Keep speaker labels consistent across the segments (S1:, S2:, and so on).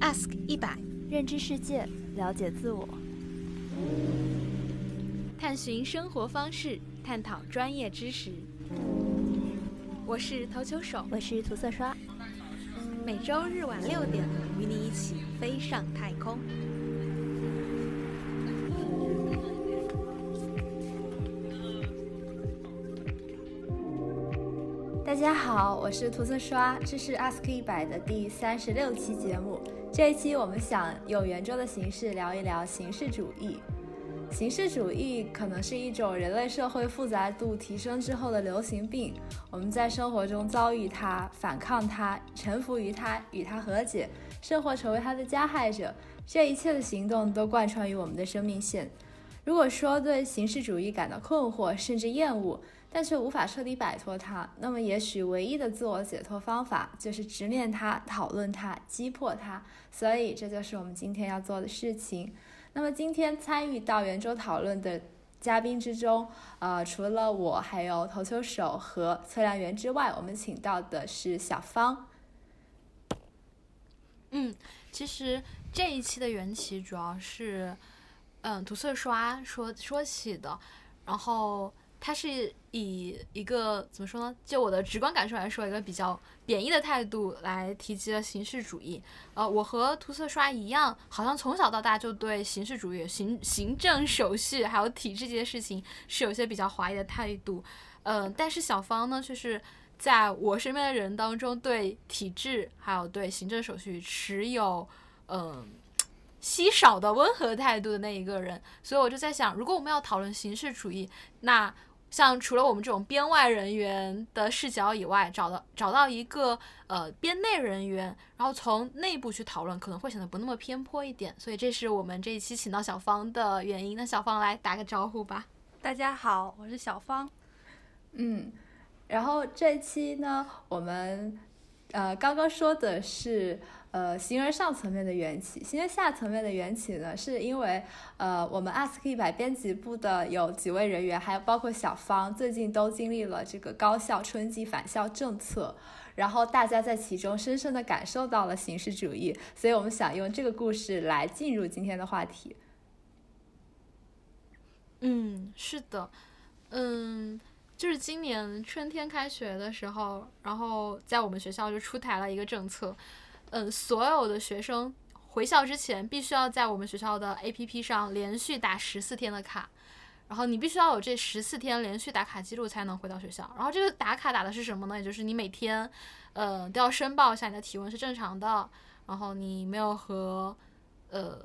S1: Ask 一百，
S2: 认知世界，了解自我。
S1: 探寻生活方式，探讨专业知识。我是投球手，
S2: 我是涂色刷，
S1: 每周日晚六点与你一起飞上太空。
S3: 大家好，我是涂色刷，这是 Ask 一百的第三十六期节目。这一期我们想用圆周的形式聊一聊形式主义。形式主义可能是一种人类社会复杂度提升之后的流行病，我们在生活中遭遇它，反抗它，臣服于它，与它和解，生活成为它的加害者。这一切的行动都贯穿于我们的生命线。如果说对形式主义感到困惑甚至厌恶，但却无法彻底摆脱它，那么也许唯一的自我解脱方法就是直面它、讨论它、击破它。所以，这就是我们今天要做的事情。那么，今天参与到圆周讨论的嘉宾之中，呃，除了我，还有投球手和测量员之外，我们请到的是小芳。
S4: 嗯，其实这一期的缘起主要是，嗯，涂色刷说说起的，然后它是以一个怎么说呢？就我的直观感受来说，一个比较贬义的态度来提及了形式主义。呃，我和涂色刷一样，好像从小到大就对形式主义、行行政手续还有体制这些事情是有些比较怀疑的态度。嗯、但是小芳呢，却是在我身边的人当中，对体制还有对行政手续持有嗯、稀少的温和态度的那一个人，所以我就在想，如果我们要讨论形式主义，那像除了我们这种编外人员的视角以外，找到找到一个呃编内人员，然后从内部去讨论，可能会显得不那么偏颇一点。所以这是我们这一期请到小芳的原因。那小芳来打个招呼吧。
S5: 大家好，我是小芳。
S3: 嗯，然后这期呢，我们呃刚刚说的是呃形而上层面的缘起，形而下层面的缘起呢，是因为呃我们 Ask 一百编辑部的有几位人员，还有包括小芳，最近都经历了这个高校春季返校政策。然后大家在其中深深地感受到了形式主义，所以我们想用这个故事来进入今天的话题。
S4: 嗯，是的，嗯，就是今年春天开学的时候，然后在我们学校就出台了一个政策，嗯，所有的学生回校之前必须要在我们学校的 APP 上连续打十四天的卡，然后你必须要有这十四天连续打卡记录才能回到学校。然后这个打卡打的是什么呢？也就是你每天，呃，都要申报一下你的体温是正常的，然后你没有和，呃。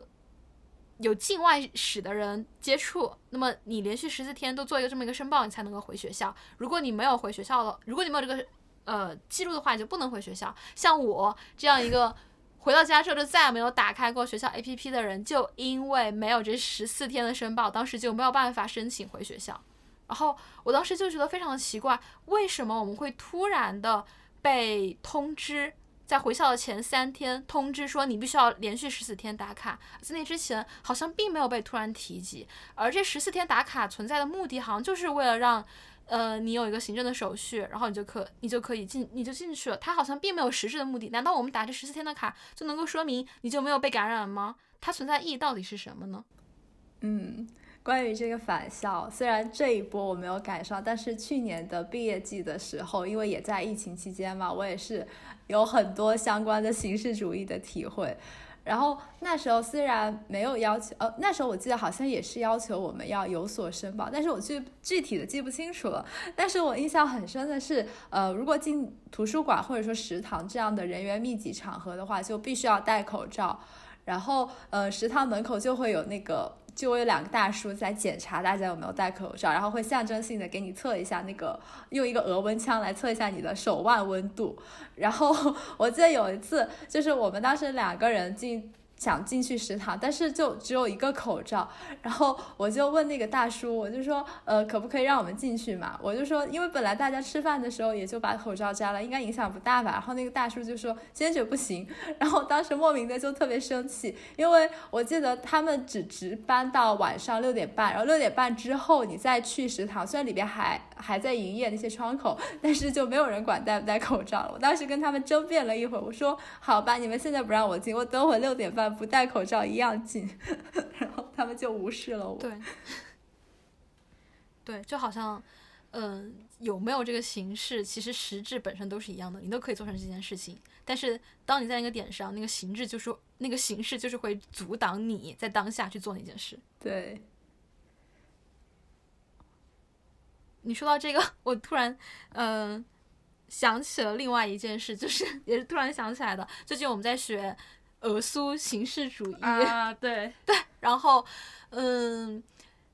S4: 有境外史的人接触，那么你连续十四天都做一个这么一个申报，你才能够回学校。如果你没有回学校了，如果你没有这个呃记录的话，你就不能回学校。像我这样一个回到家之后就再也没有打开过学校 APP 的人，就因为没有这十四天的申报，当时就没有办法申请回学校。然后我当时就觉得非常的奇怪，为什么我们会突然的被通知，在回校的前三天通知说你必须要连续十四天打卡，在那之前好像并没有被突然提及。而这十四天打卡存在的目的，好像就是为了让，呃，你有一个行政的手续，然后你就可你就可以进你就进去了。它好像并没有实质的目的。难道我们打这十四天的卡就能够说明你就没有被感染吗？它存在意义到底是什么呢？
S3: 嗯，关于这个返校，虽然这一波我没有赶上，但是去年的毕业季的时候，因为也在疫情期间嘛，我也是有很多相关的形式主义的体会。然后那时候虽然没有要求，呃，那时候我记得好像也是要求我们要有所申报，但是我具具体的记不清楚了。但是我印象很深的是，呃，如果进图书馆或者说食堂这样的人员密集场合的话，就必须要戴口罩。然后呃，食堂门口就会有那个，就会有两个大叔在检查大家有没有戴口罩，然后会象征性的给你测一下那个，用一个额温枪来测一下你的手腕温度。然后我记得有一次，就是我们当时两个人进。
S6: 想进去食堂，但是就只有一个口罩。然后我就问那个大叔，我就说，呃，可不可以让我们进去嘛？我就说，呃因为本来大家吃饭的时候也就把口罩摘了，应该影响不大吧。然后那个大叔就说坚呃决不行。 然后当时莫名的就特别生气，因为我记得他们只值班到晚上六点半，然后六点半之后你再去食堂，虽然里边还还在营业那些窗口，但是就没有人管戴不戴口罩了。我当时跟他们争辩了一会儿，我说好吧，你们现在不让我进，我等会六点半不戴口罩一样进。 然后他们就无视了我。
S4: 对，对，就好像，嗯、有没有这个形式，其实实质本身都是一样的，你都可以做成这件事情。但是当你在那个点上，那个形制就是那个形式就是会阻挡你在当下去做那件事。
S6: 对
S4: 你说到这个，我突然，嗯、想起了另外一件事，就是 也是突然想起来的。最近我们在学俄苏形式主义，
S5: 啊，对，
S4: 然后，嗯，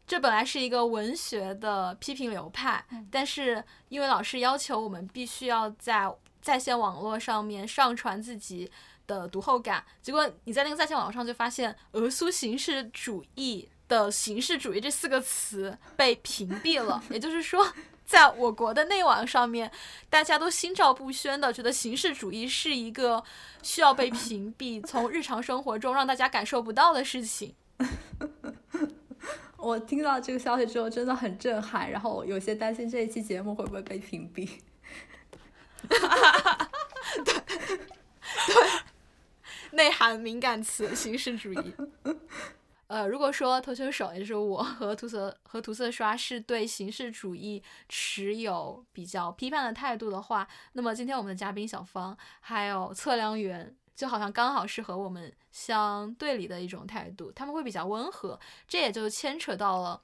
S4: 这本来是一个文学的批评流派，但是因为老师要求我们必须要在在线网络上面上传自己的读后感，结果你在那个在线网络上就发现俄苏形式主义的“形式主义”这四个词被屏蔽了，也就是说。在我国的内网上面，大家都心照不宣的觉得形式主义是一个需要被屏蔽、从日常生活中让大家感受不到的事情。
S6: 我听到这个消息之后真的很震撼，然后我有些担心这一期节目会不会被屏蔽。
S4: 内涵敏感词形式主义。 呃，如果说投球手，也就是我和涂色和涂色刷是对形式主义持有比较批判的态度的话，那么今天我们的嘉宾小芳还有测量员，就好像刚好是和我们相对立的一种态度，他们会比较温和，这也就牵扯到了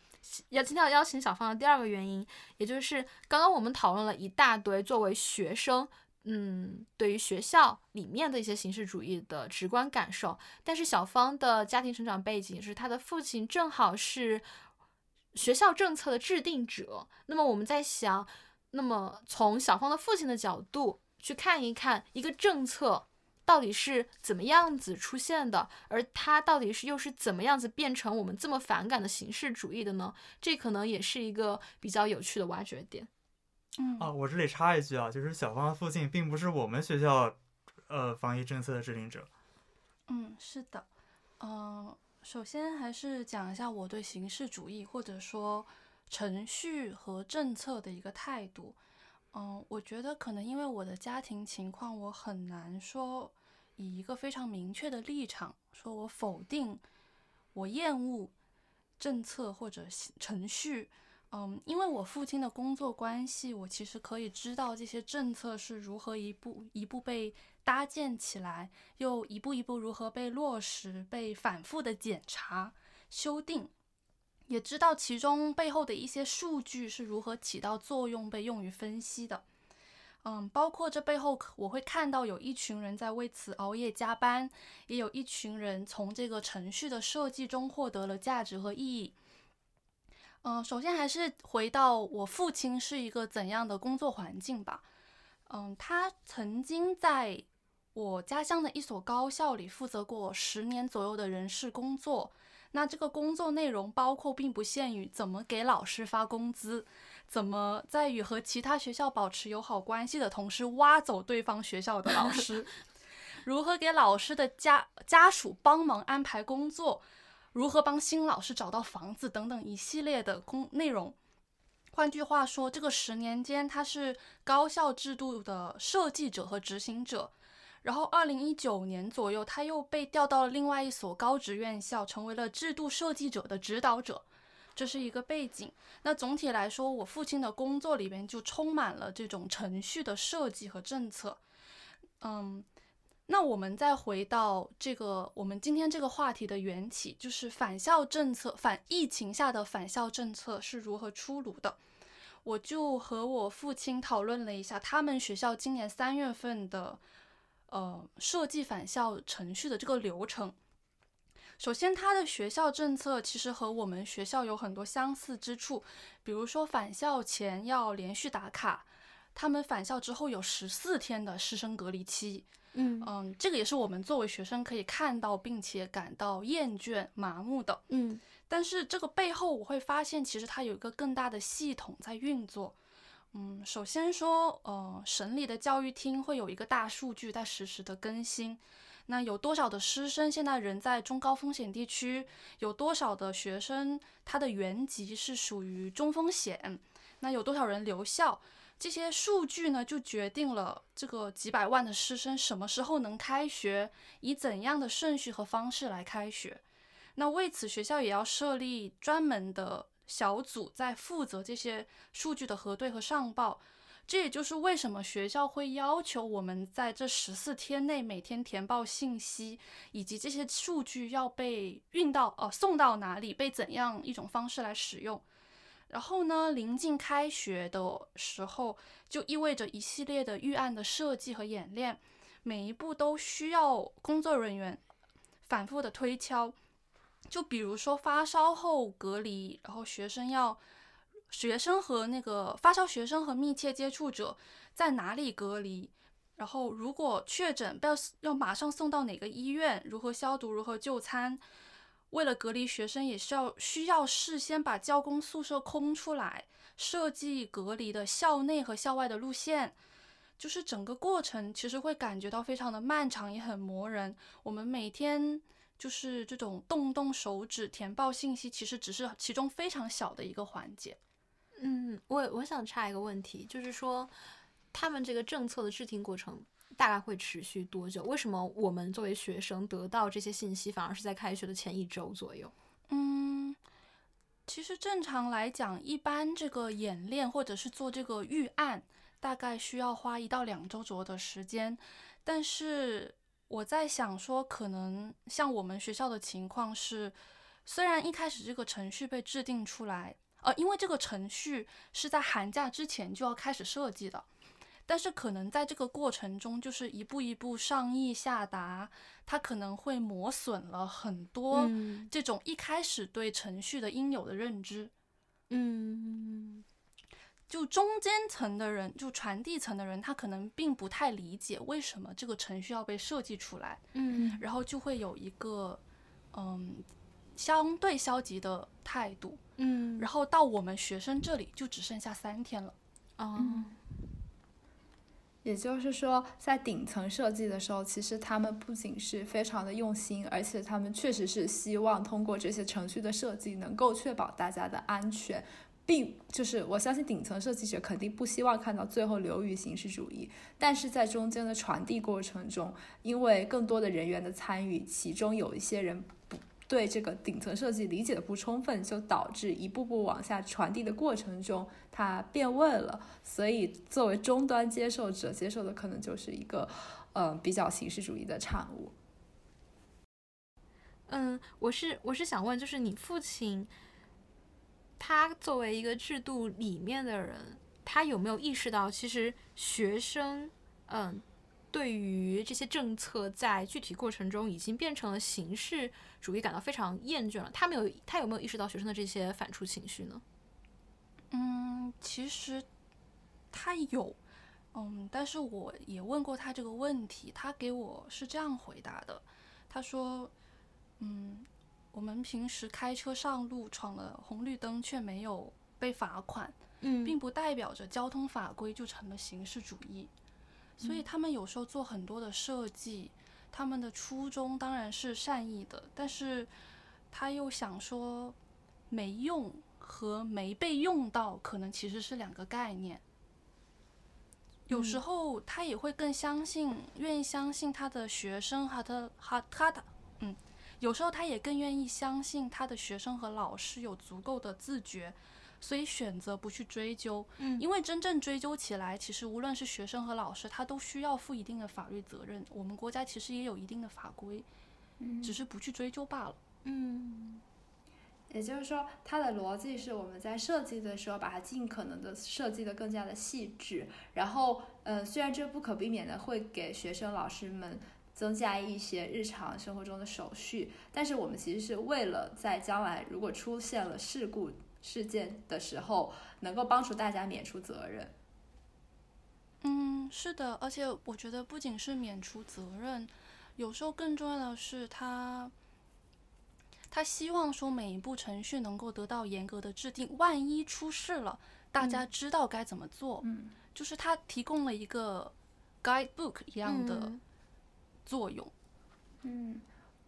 S4: 要今天要邀请小芳的第二个原因，也就是刚刚我们讨论了一大堆作为学生，嗯，对于学校里面的一些形式主义的直观感受，但是小芳的家庭成长背景是她的父亲正好是学校政策的制定者，那么我们在想，那么从小芳的父亲的角度去看一看一个政策。到底是怎么样子出现的？而它到底是又是怎么样子变成我们这么反感的形式主义的呢？这可能也是一个比较有趣的挖掘点。
S5: 嗯，
S7: 啊，我这里插一句啊，就是小芳的父亲并不是我们学校呃防疫政策的制定者。
S5: 嗯，是的，嗯、首先还是讲一下我对形式主义或者说程序和政策的一个态度。嗯、我觉得可能因为我的家庭情况，我很难说以一个非常明确的立场，说我否定、我厌恶政策或者系程序。嗯，因为我父亲的工作关系，我其实可以知道这些政策是如何一步一步被搭建起来，又一步一步如何被落实、被反复的检查、修订，也知道其中背后的一些数据是如何起到作用、被用于分析的。嗯，包括这背后可，我会看到有一群人在为此熬夜加班，也有一群人从这个程序的设计中获得了价值和意义。嗯、首先还是回到我父亲是一个怎样的工作环境吧。嗯，他曾经在我家乡的一所高校里负责过十年左右的人事工作。那这个工作内容包括并不限于怎么给老师发工资，怎么在与和其他学校保持友好关系的同时挖走对方学校的老师，如何给老师的家家属帮忙安排工作，如何帮新老师找到房子等等一系列的工内容。换句话说，这个十年间，他是高校制度的设计者和执行者。然后，二零一九年左右，他又被调到了另外一所高职院校，成为了制度设计者的指导者。这是一个背景。那总体来说，我父亲的工作里边就充满了这种程序的设计和政策。嗯，那我们再回到这个我们今天这个话题的缘起，就是返校政策，反疫情下的返校政策是如何出炉的？我就和我父亲讨论了一下，他们学校今年三月份的呃设计返校程序的这个流程。首先，他的学校政策其实和我们学校有很多相似之处，比如说返校前要连续打卡，他们返校之后有十四天的师生隔离期。
S6: 嗯
S5: 嗯，这个也是我们作为学生可以看到并且感到厌倦、麻木的。
S6: 嗯
S5: 但是这个背后，我会发现其实它有一个更大的系统在运作。嗯，首先说，呃，省里的教育厅会有一个大数据在实时的更新。那有多少的师生现在人在中高风险地区？有多少的学生他的原籍是属于中风险？那有多少人留校？这些数据呢，就决定了这个几百万的师生什么时候能开学，以怎样的顺序和方式来开学。那为此，学校也要设立专门的小组，在负责这些数据的核对和上报。这也就是为什么学校会要求我们在这十四天内每天填报信息，以及这些数据要被运到呃送到哪里，被怎样一种方式来使用。然后呢，临近开学的时候，就意味着一系列的预案的设计和演练，每一步都需要工作人员反复的推敲。就比如说发烧后隔离，然后学生要学生和那个发烧学生和密切接触者在哪里隔离，然后如果确诊要要马上送到哪个医院，如何消毒，如何就餐。为了隔离学生，也是要需要事先把教工宿舍空出来，设计隔离的校内和校外的路线。就是整个过程其实会感觉到非常的漫长，也很磨人。我们每天就是这种动动手指填报信息，其实只是其中非常小的一个环节。
S4: 嗯，我我想插一个问题，就是说他们这个政策的制定过程大概会持续多久？为什么我们作为学生得到这些信息，反而是在开学的前一周左右？
S5: 嗯，其实正常来讲，一般这个演练或者是做这个预案，大概需要花一到两周左右的时间。但是我在想说，可能像我们学校的情况是，虽然一开始这个程序被制定出来，呃，因为这个程序是在寒假之前就要开始设计的。但是可能在这个过程中，就是一步一步上意下达，它可能会磨损了很多
S4: 嗯
S5: 这种一开始对程序的应有的认知，
S4: 嗯
S5: 就中间层的人，就传递层的人，他可能并不太理解为什么这个程序要被设计出来，
S4: 嗯
S5: 然后就会有一个嗯相对消极的态度，
S4: 嗯
S5: 然后到我们学生这里就只剩下三天了。
S4: 哦，
S6: 嗯也就是说，在顶层设计的时候，其实他们不仅是非常的用心，而且他们确实是希望通过这些程序的设计，能够确保大家的安全，并就是我相信顶层设计者肯定不希望看到最后流于形式主义，但是在中间的传递过程中，因为更多的人员的参与，其中有一些人不对这个顶层设计理解的不充分，就导致一步步往下传递的过程中，它变味了。所以作为终端接受者，接受的可能就是一个，呃，比较形式主义的产物。
S4: 嗯，我是我是想问，就是你父亲，他作为一个制度里面的人，他有没有意识到，其实学生，嗯，对于这些政策在具体过程中已经变成了形式主义，感到非常厌倦了。他没有，他有没有意识到学生的这些反刍情绪呢？
S5: 嗯，其实他有，嗯，但是我也问过他这个问题，他给我是这样回答的，他说，嗯，我们平时开车上路闯了红绿灯却没有被罚款，
S4: 嗯
S5: 并不代表着交通法规就成了形式主义，所以他们有时候做很多的设计，他们的初衷当然是善意的，但是他又想说没用和没被用到，可能其实是两个概念。有时候他也会更相信，愿意相信他的学生和他他他的，嗯，有时候他也更愿意相信他的学生和老师有足够的自觉，所以选择不去追究。
S4: 嗯
S5: 因为真正追究起来，其实无论是学生和老师，他都需要负一定的法律责任。我们国家其实也有一定的法规，只是不去追究罢了。
S4: 嗯
S3: 也就是说，它的逻辑是我们在设计的时候，把它尽可能的设计的更加的细致。然后，呃，虽然这不可避免的会给学生老师们增加一些日常生活中的手续，但是我们其实是为了在将来如果出现了事故事件的时候，能够帮助大家免除责任。
S5: 嗯，是的，而且我觉得不仅是免除责任，有时候更重要的是他，他希望说每一步程序能够得到严格的制定，万一出事了，大家知道该怎么做。
S3: 嗯，
S5: 就是他提供了一个 guidebook 一样的
S4: 嗯
S5: 作用。
S3: 嗯，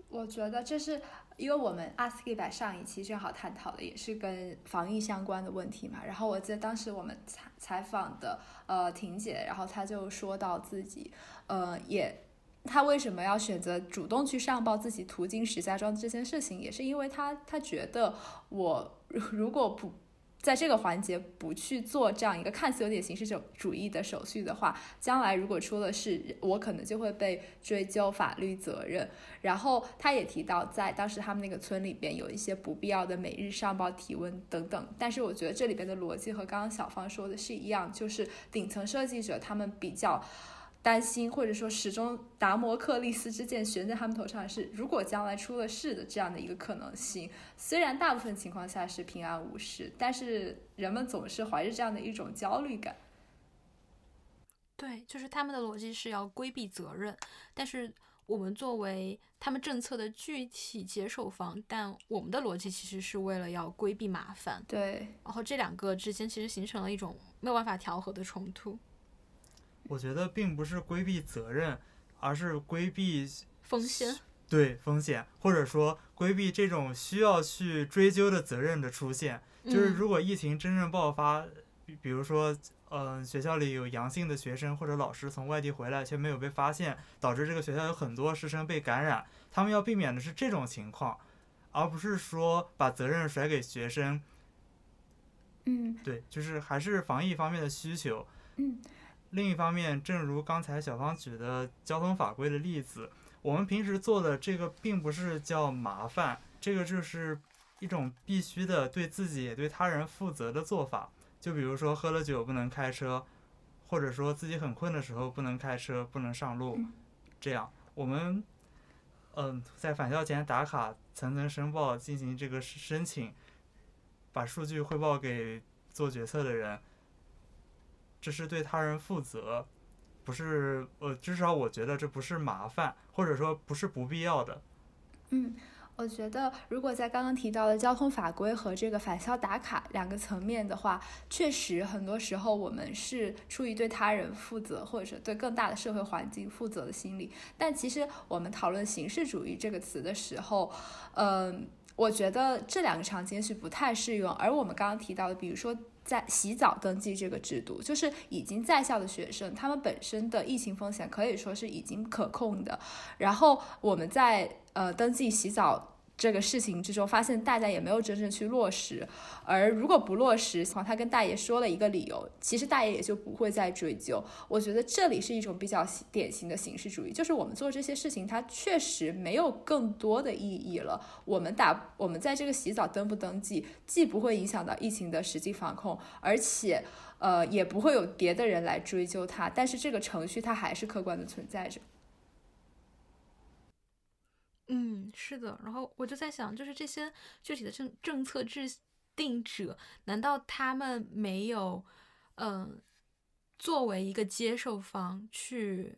S3: 我觉得这是因为我们 Ask 一百上一期正好探讨的也是跟防疫相关的问题嘛。然后我记得当时我们采采访的呃婷姐，然后她就说到自己呃也。她为什么要选择主动去上报自己途经石家庄这件事情，也是因为她她觉得我如如果不在这个环节不去做这样一个看似有点形式主主义的手续的话，将来如果出了事，我可能就会被追究法律责任。然后他也提到，在当时他们那个村里边有一些不必要的每日上报体温等等，但是我觉得这里边的逻辑和刚刚小芳说的是一样，就是顶层设计者他们比较。担心或者说始终达摩克利斯之剑悬在他们头上的是，如果将来出了事的这样的一个可能性。虽然大部分情况下是平安无事，但是人们总是怀着这样的一种焦虑感。
S4: 对，就是他们的逻辑是要规避责任，但是我们作为他们政策的具体接受方，但我们的逻辑其实是为了要规避麻烦，
S3: 对，
S4: 然后这两个之间其实形成了一种没有办法调和的冲突，
S7: 我觉得并不是规避责任，而是规避
S4: 风险。
S7: 对风险，或者说规避这种需要去追究的责任的出现。就是
S4: 嗯
S7: 如果疫情真正爆发，比比如说，嗯、学校里有阳性的学生或者老师从外地回来却没有被发现，导致这个学校有很多师生被感染，他们要避免的是这种情况，而不是说把责任甩给学生。
S3: 嗯，
S7: 对，就是还是防疫方面的需求。
S3: 嗯，
S7: 另一方面，正如刚才小芳举的交通法规的例子，我们平时做的这个并不是叫麻烦，这个就是一种必须的对自己也对他人负责的做法。就比如说喝了酒不能开车，或者说自己很困的时候不能开车、不能上路，
S3: 嗯
S7: 这样我们。嗯，在返校前打卡、层层申报、进行这个申请，把数据汇报给做决策的人，这是对他人负责，不是呃，至少我觉得这不是麻烦，或者说不是不必要的。
S3: 我觉得，如果在刚刚提到的交通法规和这个返校打卡两个层面的话，确实很多时候我们是出于对他人负责，或者是对更大的社会环境负责的心理。但其实我们讨论形式主义这个词的时候，嗯、我觉得这两个场景也许不太适用。而我们刚刚提到的，比如说。在洗澡登记这个制度，就是已经在校的学生，他们本身的疫情风险可以说是已经可控的，然后我们在呃登记洗澡这个事情之中，发现大家也没有真正去落实。而如果不落实，况他跟大爷说了一个理由，其实大爷也就不会再追究。我觉得这里是一种比较典型的形式主义，就是我们做这些事情，它确实没有更多的意义了。我们打我们在这个洗澡登不登记，既不会影响到疫情的实际防控，而且。呃，也不会有别的人来追究它，但是这个程序它还是客观的存在着。
S4: 嗯，是的。然后我就在想，就是这些具体的政政策制定者，难道他们没有，嗯、作为一个接受方去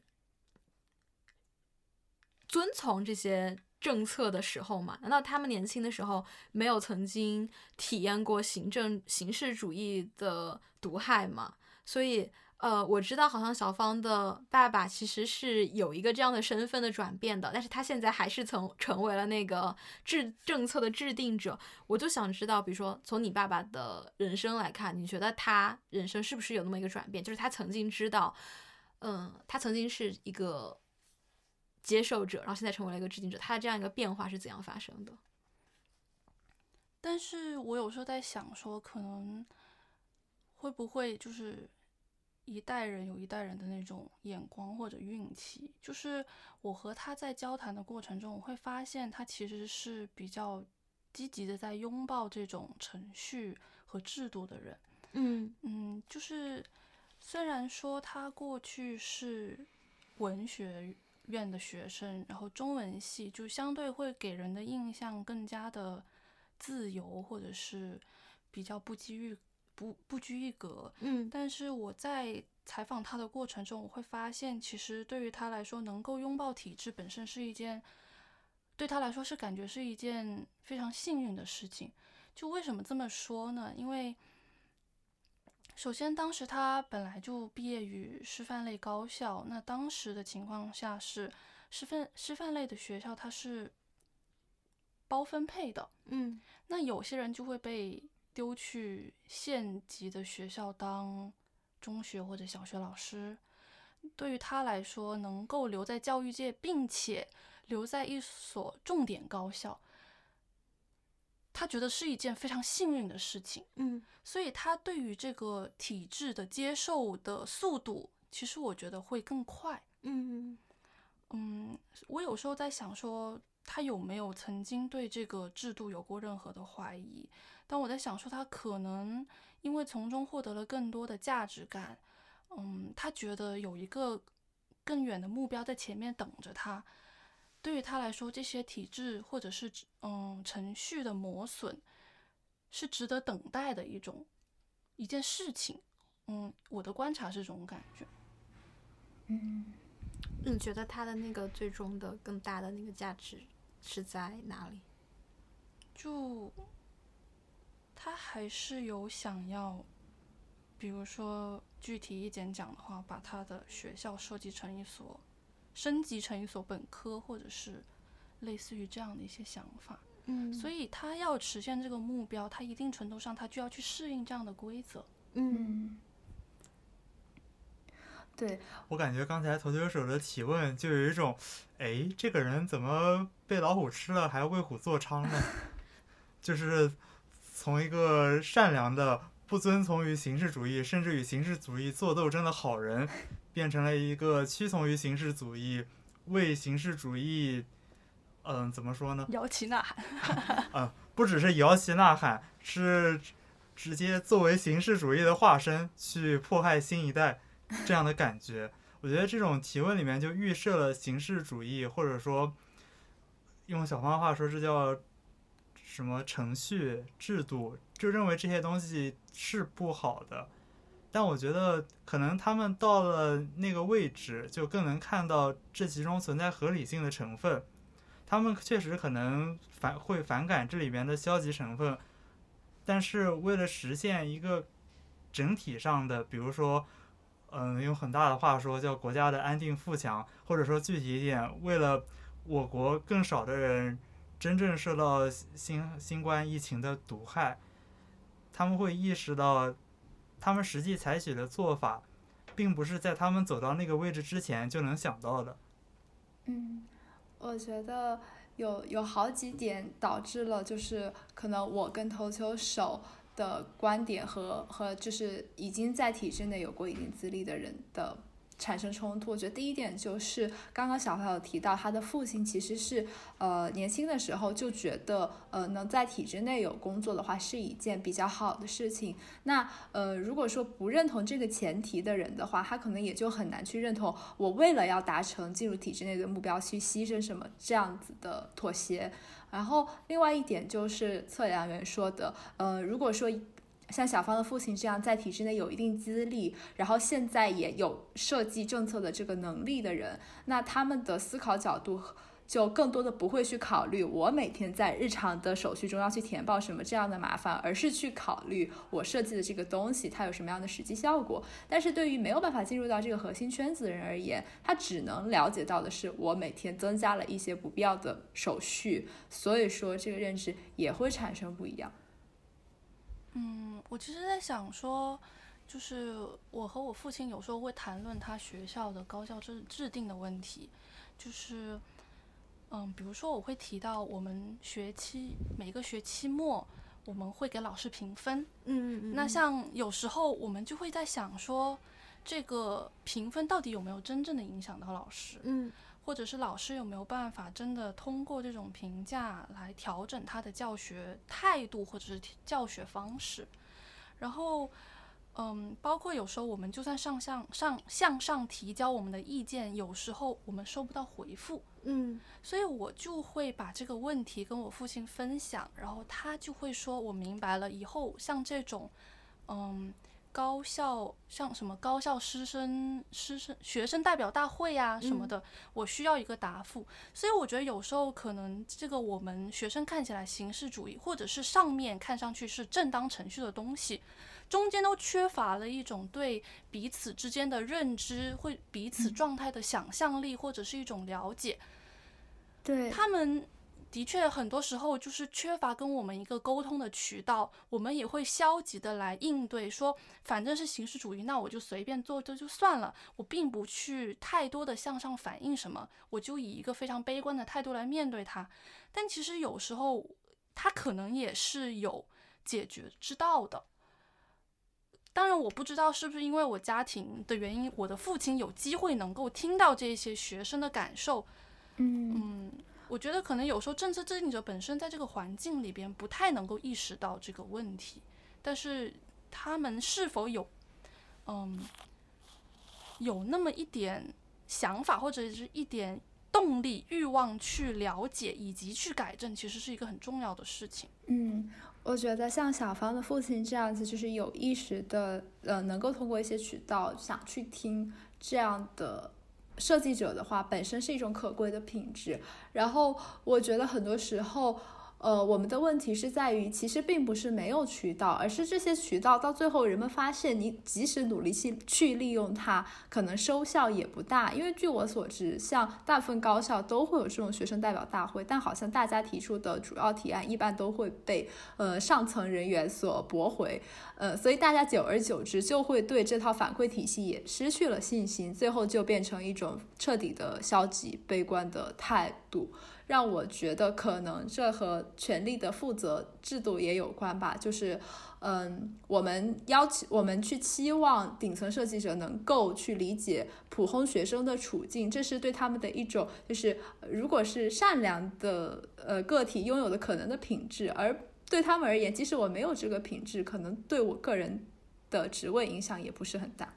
S4: 遵从这些政策的时候吗？难道他们年轻的时候没有曾经体验过行政形式主义的毒害吗？所以，呃，我知道好像小芳的爸爸其实是有一个这样的身份的转变的，但是他现在还是曾成为了那个制政策的制定者。我就想知道，比如说从你爸爸的人生来看，你觉得他人生是不是有那么一个转变？就是他曾经知道，嗯，他曾经是一个接受者，然后现在成为了一个制定者，他的这样一个变化是怎样发生的？
S5: 但是我有时候在想说，可能会不会就是一代人有一代人的那种眼光或者运气。就是我和他在交谈的过程中，我会发现他其实是比较积极的在拥抱这种程序和制度的人。
S4: 嗯
S5: 嗯，就是虽然说他过去是文学院的学生，然后中文系就相对会给人的印象更加的自由，或者是比较不拘一不不拘一格。
S4: 嗯
S5: 但是我在采访他的过程中，我会发现，其实对于他来说，能够拥抱体制本身是一件，对他来说是感觉是一件非常幸运的事情。就为什么这么说呢？因为首先当时他本来就毕业于师范类高校，那当时的情况下是师范师范类的学校它是包分配的，
S4: 嗯
S5: 那有些人就会被丢去县级的学校当中学或者小学老师。对于他来说，能够留在教育界，并且留在一所重点高校，他觉得是一件非常幸运的事情。
S4: 嗯
S5: 所以他对于这个体制的接受的速度，其实我觉得会更快。
S4: 嗯
S5: 嗯，我有时候在想说，他有没有曾经对这个制度有过任何的怀疑？但我在想说，他可能因为从中获得了更多的价值感，嗯，他觉得有一个更远的目标在前面等着他。对于他来说，这些体制或者是嗯程序的磨损，是值得等待的一种一件事情。嗯，我的观察是这种感觉。
S4: 你觉得他的那个最终的更大的那个价值是在哪里？
S5: 就他还是有想要，比如说具体一点讲的话，把他的学校设计成一所，升级成一所本科，或者是类似于这样的一些想法。
S4: 嗯
S5: 所
S4: 以
S5: 以他要实现这个目标，他一定程度上他就要去适应这样的规则。
S4: 嗯
S8: 嗯，
S3: 对，
S7: 我感觉刚才投球手的提问就有一种，哎，这个人怎么被老虎吃了还为虎作伥呢？ 就是从一个善良的、不遵从于形式主义，甚至与形式主义做斗争的好人，变成了一个屈从于形式主义，为形式主义，嗯、怎么说呢？
S5: 摇旗呐喊，
S7: 不只是摇旗呐喊，是直接作为形式主义的化身去迫害新一代这样的感觉。我觉得这种提问里面就预设了形式主义，或者说用小芳的话说，这叫什么程序制度，就认为这些东西是不好的。但我觉得，可能他们到了那个位置，就更能看到这其中存在合理性的成分。他们确实可能反会反感这里边的消极成分，但是为了实现一个整体上的，比如说，嗯，用很大的话说叫国家的安定富强，或者说具体一点，为了我国更少的人真正受到新新冠疫情的毒害，他们会意识到，他们实际采取的做法，并不是在他们走到那个位置之前就能想到的。
S3: 嗯，我觉得有有好几点导致了，就是可能我跟投球手的观点和和就是已经在体制内有过一定资历的人的产生冲突。我觉得第一点就是刚刚小朋友提到，他的父亲其实是呃年轻的时候就觉得呃能在体制内有工作的话是一件比较好的事情。那呃如果说不认同这个前提的人的话，他可能也就很难去认同我为了要达成进入体制内的目标去牺牲什么这样子的妥协。然后另外一点就是测量员说的，呃，如果说。像小芳的父亲这样在体制内有一定资历，然后现在也有设计政策的这个能力的人，那他们的思考角度就更多的不会去考虑我每天在日常的手续中要去填报什么这样的麻烦，而是去考虑我设计的这个东西它有什么样的实际效果。但是对于没有办法进入到这个核心圈子的人而言，他只能了解到的是我每天增加了一些不必要的手续，所以说这个认知也会产生不一样。
S5: 嗯，我其实在想说，就是我和我父亲有时候会谈论他学校的高校制制定的问题，就是，嗯，比如说我会提到我们学期每个学期末我们会给老师评分，
S4: 嗯
S5: 那像有时候我们就会在想说，这个评分到底有没有真正的影响到老师，
S4: 嗯
S5: 或者是老师有没有办法真的通过这种评价来调整他的教学态度或者是教学方式？然后，嗯，包括有时候我们就算上向上向上提交我们的意见，有时候我们收不到回复，
S4: 嗯
S5: 所以我就会把这个问题跟我父亲分享，然后他就会说：“我明白了，以后像这种，嗯，高校，像什么高校师生、师生学生代表大会呀、什么的，我需要一个答复。所以我觉得有时候可能这个我们学生看起来形式主义，或者是上面看上去是正当程序的东西，中间都缺乏了一种对彼此之间的认知，会彼此状态的想象力，或者是一种了解。
S6: 对，
S5: 他们的确很多时候就是缺乏跟我们一个沟通的渠道，我们也会消极的来应对，说反正是形式主义，那我就随便做这就算了，我并不去太多的向上反映什么，我就以一个非常悲观的态度来面对它。但其实有时候它可能也是有解决之道的。当然，我不知道是不是因为我家庭的原因，我的父亲有机会能够听到这些学生的感受，
S6: 嗯，
S5: 嗯，我觉得可能有时候政策制定者本身在这个环境里边不太能够意识到这个问题，但是他们是否有，嗯，有那么一点想法或者是一点动力、欲望去了解以及去改正，其实是一个很重要的事情。
S3: 嗯，我觉得像小芳的父亲这样子，就是有意识的，呃，能够通过一些渠道想去听这样的设计者的话，本身是一种可贵的品质。然后我觉得很多时候。呃，我们的问题是在于，其实并不是没有渠道，而是这些渠道到最后，人们发现你即使努力去去利用它，可能收效也不大。因为据我所知，像大部分高校都会有这种学生代表大会，但好像大家提出的主要提案一般都会被呃上层人员所驳回，呃，所以大家久而久之就会对这套反馈体系也失去了信心，最后就变成一种彻底的消极悲观的态度。让我觉得可能这和权力的负责制度也有关吧，就是，嗯，我们要求我们去期望顶层设计者能够去理解普通学生的处境，这是对他们的一种，就是呃如果是善良的呃个体拥有的可能的品质，而对他们而言，即使我没有这个品质，可能对我个人的职位影响也不是很大。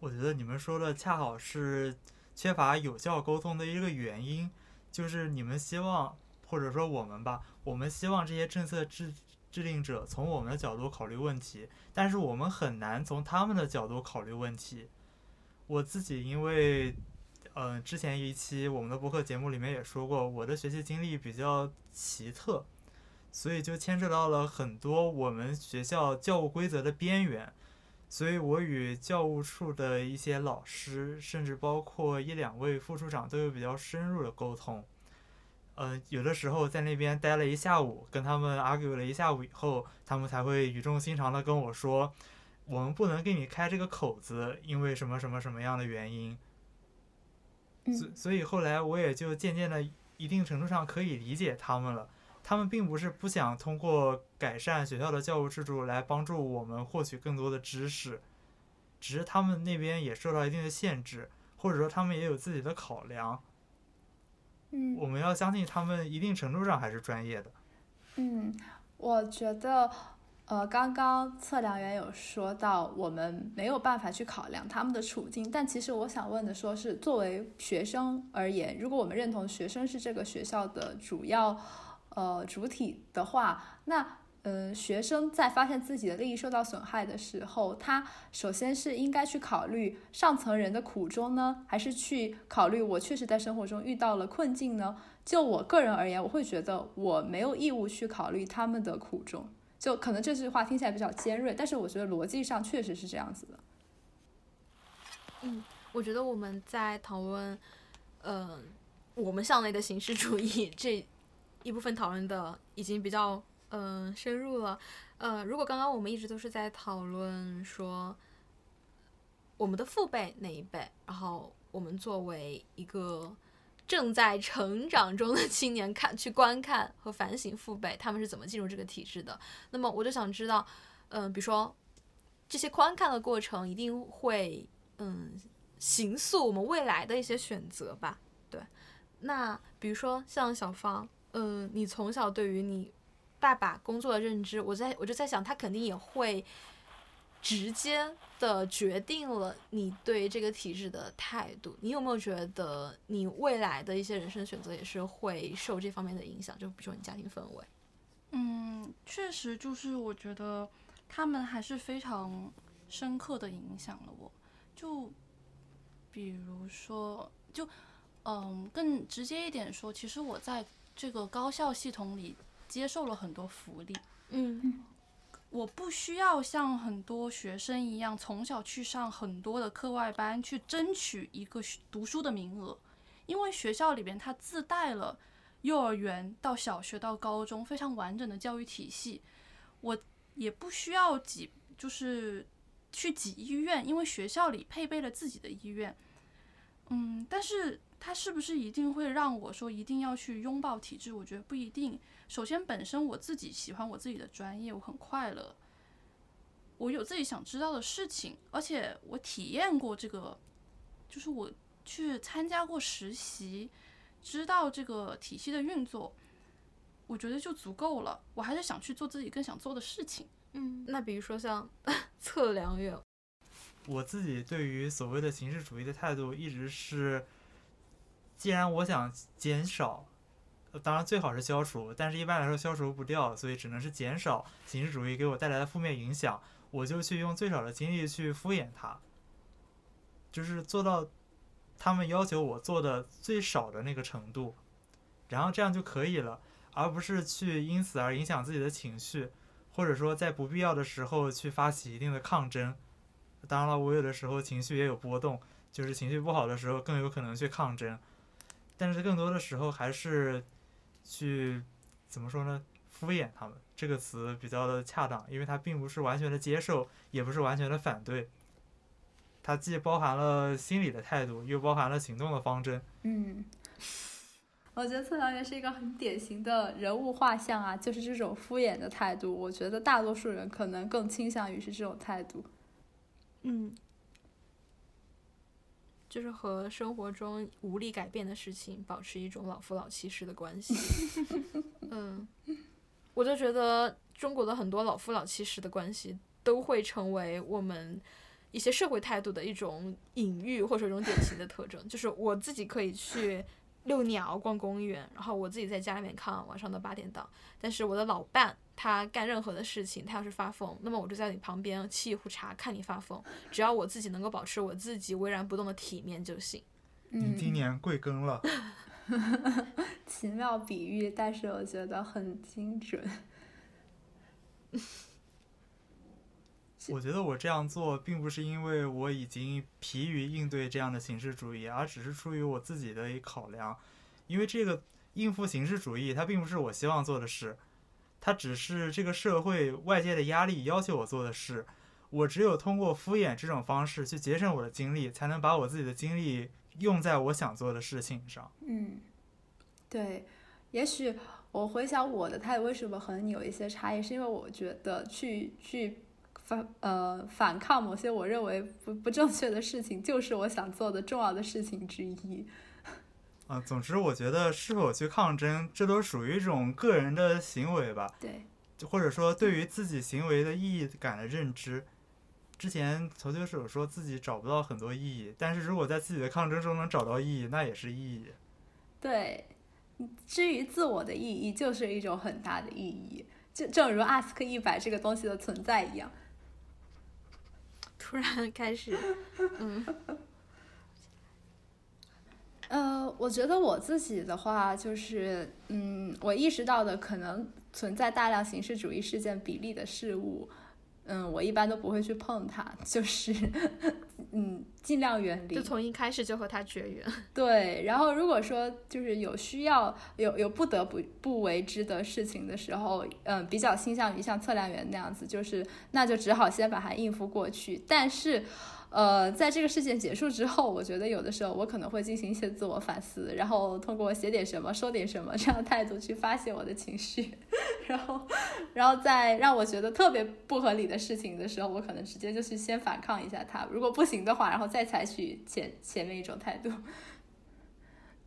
S7: 我觉得你们说的恰好是缺乏有效沟通的一个原因，就是你们希望，或者说我们吧，我们希望这些政策制制定者从我们的角度考虑问题，但是我们很难从他们的角度考虑问题。我自己因为，呃，之前一期我们的播客节目里面也说过，我的学习经历比较奇特，所以就牵扯到了很多我们学校教务规则的边缘。所以我与教务处的一些老师，甚至包括一两位副处长，都有比较深入的沟通。呃，有的时候在那边待了一下午，跟他们 argue 了一下午以后，他们才会语重心长的跟我说，我们不能给你开这个口子，因为什么什么什么样的原因。所
S3: 嗯，
S7: 所以后来我也就渐渐的一定程度上可以理解他们了。他们并不是不想通过改善学校的教务制度来帮助我们获取更多的知识，只是他们那边也受到一定的限制，或者说他们也有自己的考量。
S3: 嗯
S7: 我们要相信他们一定程度上还是专业的。
S3: 嗯，我觉得，呃，刚刚测量员有说到，我们没有办法去考量他们的处境，但其实我想问的说是，作为学生而言，如果我们认同学生是这个学校的主要，呃，主体的话，那。嗯，学生在发现自己的利益受到损害的时候，他首先是应该去考虑上层人的苦衷呢，还是去考虑我确实在生活中遇到了困境呢？就我个人而言，我会觉得我没有义务去考虑他们的苦衷。就可能这句话听起来比较尖锐，但是我觉得逻辑上确实是这样子的。
S4: 我觉得我们在讨论，呃，我们向内的形式主义这一部分讨论的已经比较嗯、呃深入了。呃，如果刚刚我们一直都是在讨论说我们的父辈那一辈，然后我们作为一个正在成长中的青年看去观看和反省父辈他们是怎么进入这个体制的，那么我就想知道，嗯、比如说这些观看的过程一定会嗯形塑我们未来的一些选择吧。对，那比如说像小芳，嗯，你从小对于你爸爸工作的认知，我在我就在想，他肯定也会直接的决定了你对这个体制的态度。你有没有觉得你未来的一些人生选择也是会受这方面的影响？就比如说你家庭氛围，
S5: 嗯，确实就是我觉得他们还是非常深刻的影响了我。就比如说，就嗯，更直接一点说，其实我在这个高校系统里接受了很多福利，
S4: 嗯
S5: 我不需要像很多学生一样，从小去上很多的课外班去争取一个学读书的名额，因为学校里边它自带了幼儿园到小学到高中非常完整的教育体系，我也不需要挤，就是去挤医院，因为学校里配备了自己的医院。嗯，但是它是不是一定会让我说一定要去拥抱体制？我觉得不一定。首先，本身我自己喜欢我自己的专业，我很快乐，我有自己想知道的事情，而且我体验过这个，就是我去参加过实习，知道这个体系的运作，我觉得就足够了。我还是想去做自己更想做的事情。
S4: 嗯。那比如说像 测量员，
S7: 我自己对于所谓的形式主义的态度一直是，既然我想减少，呃当然最好是消除，但是一般来说消除不掉，所以只能是减少形式主义给我带来的负面影响，我就去用最少的精力去敷衍它，就是做到他们要求我做的最少的那个程度，然后这样就可以了，而不是去因此而影响自己的情绪，或者说在不必要的时候去发起一定的抗争。当然了，我有的时候情绪也有波动，就是情绪不好的时候更有可能去抗争，但是更多的时候还是去怎么说呢？敷衍他们这个词比较的恰当，因为它并不是完全的接受，也不是完全的反对，它既包含了心理的态度，又包含了行动的方针。
S3: 嗯，我觉得测量员是一个很典型的人物画像啊，就是这种敷衍的态度。我觉得大多数人可能更倾向于是这种态度。
S8: 嗯，
S4: 就是和生活中无力改变的事情保持一种老夫老妻式的关系。嗯，我就觉得中国的很多老夫老妻式的关系都会成为我们一些社会态度的一种隐喻或者一种典型的特征。就是我自己可以去遛鸟、逛公园，然后我自己在家里面看晚上的八点档，但是我的老伴。他干任何的事情，他要是发疯，那么我就在你旁边沏一壶茶，看你发疯。只要我自己能够保持我自己巍然不动的体面就 行。
S7: 你
S3: 嗯，
S7: 今年贵庚了？
S3: 奇妙比喻，但是我觉得很精准。
S7: 我觉得我这样做并不是因为我已经疲于应对这样的形式主义，而只是出于我自己的一考量。因为这个应付形式主义，它并不是我希望做的事，它只是这个社会外界的压力要求我做的事。我只有通过敷衍这种方式去节省我的精力，才能把我自己的精力用在我想做的事情上。
S3: 嗯，对，也许我回想我的态度为什么和你有一些差异，是因为我觉得去去反呃反抗某些我认为不不正确的事情，就是我想做的重要的事情之一。
S7: 啊、总之，我觉得是否去抗争，这都属于一种个人的行为吧。
S3: 对，
S7: 或者说对于自己行为的意义感的认知。之前投球手说自己找不到很多意义，但是如果在自己的抗争中能找到意义，那也是意义。
S3: 对，嗯至于自我的意义，就是一种很大的意义，就正如 ask 一百这个东西的存在一样。
S4: 突然开 始，嗯，
S3: 呃，我觉得我自己的话，就是嗯，我意识到的可能存在大量形式主义事件比例的事物，嗯，我一般都不会去碰它，就是 嗯，尽量远离
S4: 就。从一开始就和他绝缘。
S3: 对，然后如果说就是有需要、有有不得不不为之的事情的时候，嗯，比较倾向于像测量员那样子，就是那就只好先把它应付过去。但是，呃，在这个事件结束之后，我觉得有的时候我可能会进行一些自我反思，然后通过写点什么、说点什么这样的态度去发泄我的情绪， 然后，然后在让我觉得特别不合理的事情的时候，我可能直接就去先反抗一下它，如果不行的话，然后再采取前前面一种态度。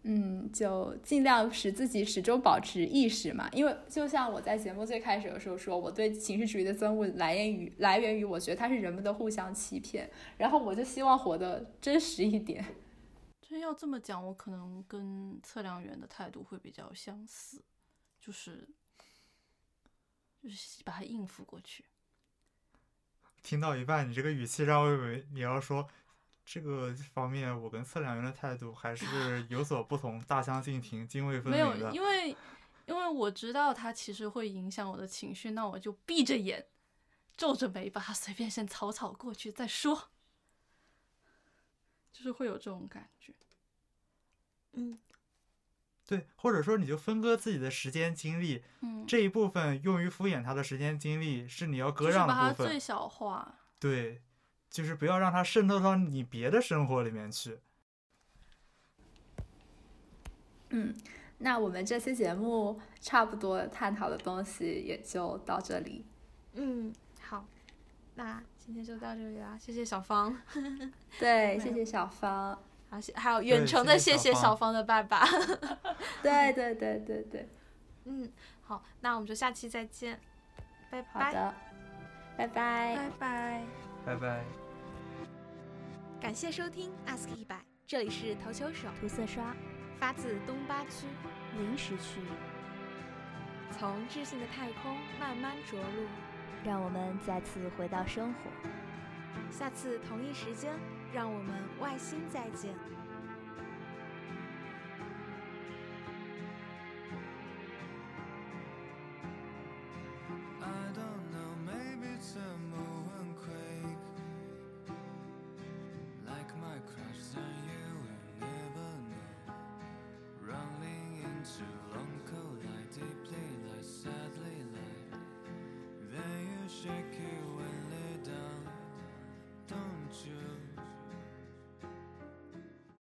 S3: 嗯，就尽量使自己始终保持意识嘛，因为就像我在节目最开始的时候说，我对形式主义的憎恶来源于来源于我觉得它是人们的互相欺骗，然后我就希望活得真实一点。
S5: 真要这么讲，我可能跟测量员的态度会比较相似，就是就是把它应付过去。
S7: 听到一半，你这个语气让我以为你要说这个方面，我跟测量员的态度还是有所不同，大相径庭，泾渭分
S5: 没有
S7: 明，的。
S5: 因为因为我知道它其实会影响我的情绪，那我就闭着眼，皱着眉把它随便先草草过去再说，就是会有这种感觉。
S7: 对，或者说你就分割自己的时间精力，
S5: 嗯，
S7: 这一部分用于敷衍他的时间精力是你要割
S5: 就是
S7: 让
S5: 把它
S7: 的部
S5: 最
S7: 分，
S5: 小化。
S7: 对，就是不要让它渗透到你别的生活里面去。
S3: 嗯，那我们这期节目差不多探讨的东西也就到这里。
S9: 嗯，好，那今天就到这里啦，谢谢小芳，
S3: 对，谢谢小 芳。
S9: 好，谢还有远
S7: 对
S9: 程
S7: 谢
S9: 的
S7: 谢
S9: 谢谢
S7: 小芳
S9: 小芳的爸爸。
S3: 对对对对对，
S9: 嗯，好，那我们就下期再见，拜
S3: 好
S9: 拜。
S3: 的，拜拜。
S5: 拜拜。
S7: 拜拜。
S4: 感谢收听 Ask 一百，这里是投球手，
S8: 涂色刷，
S4: 发自东八区，
S8: 零时区，
S4: 从智性的太空慢慢着陆。
S8: 让我们再次回到生活。
S4: 下次同一时间，让我们外星再见。
S10: I don't know, maybe it's a moonquake. Like my crush on you, will never know. Running into long cold light, deeply light, sadly light. Then you shake it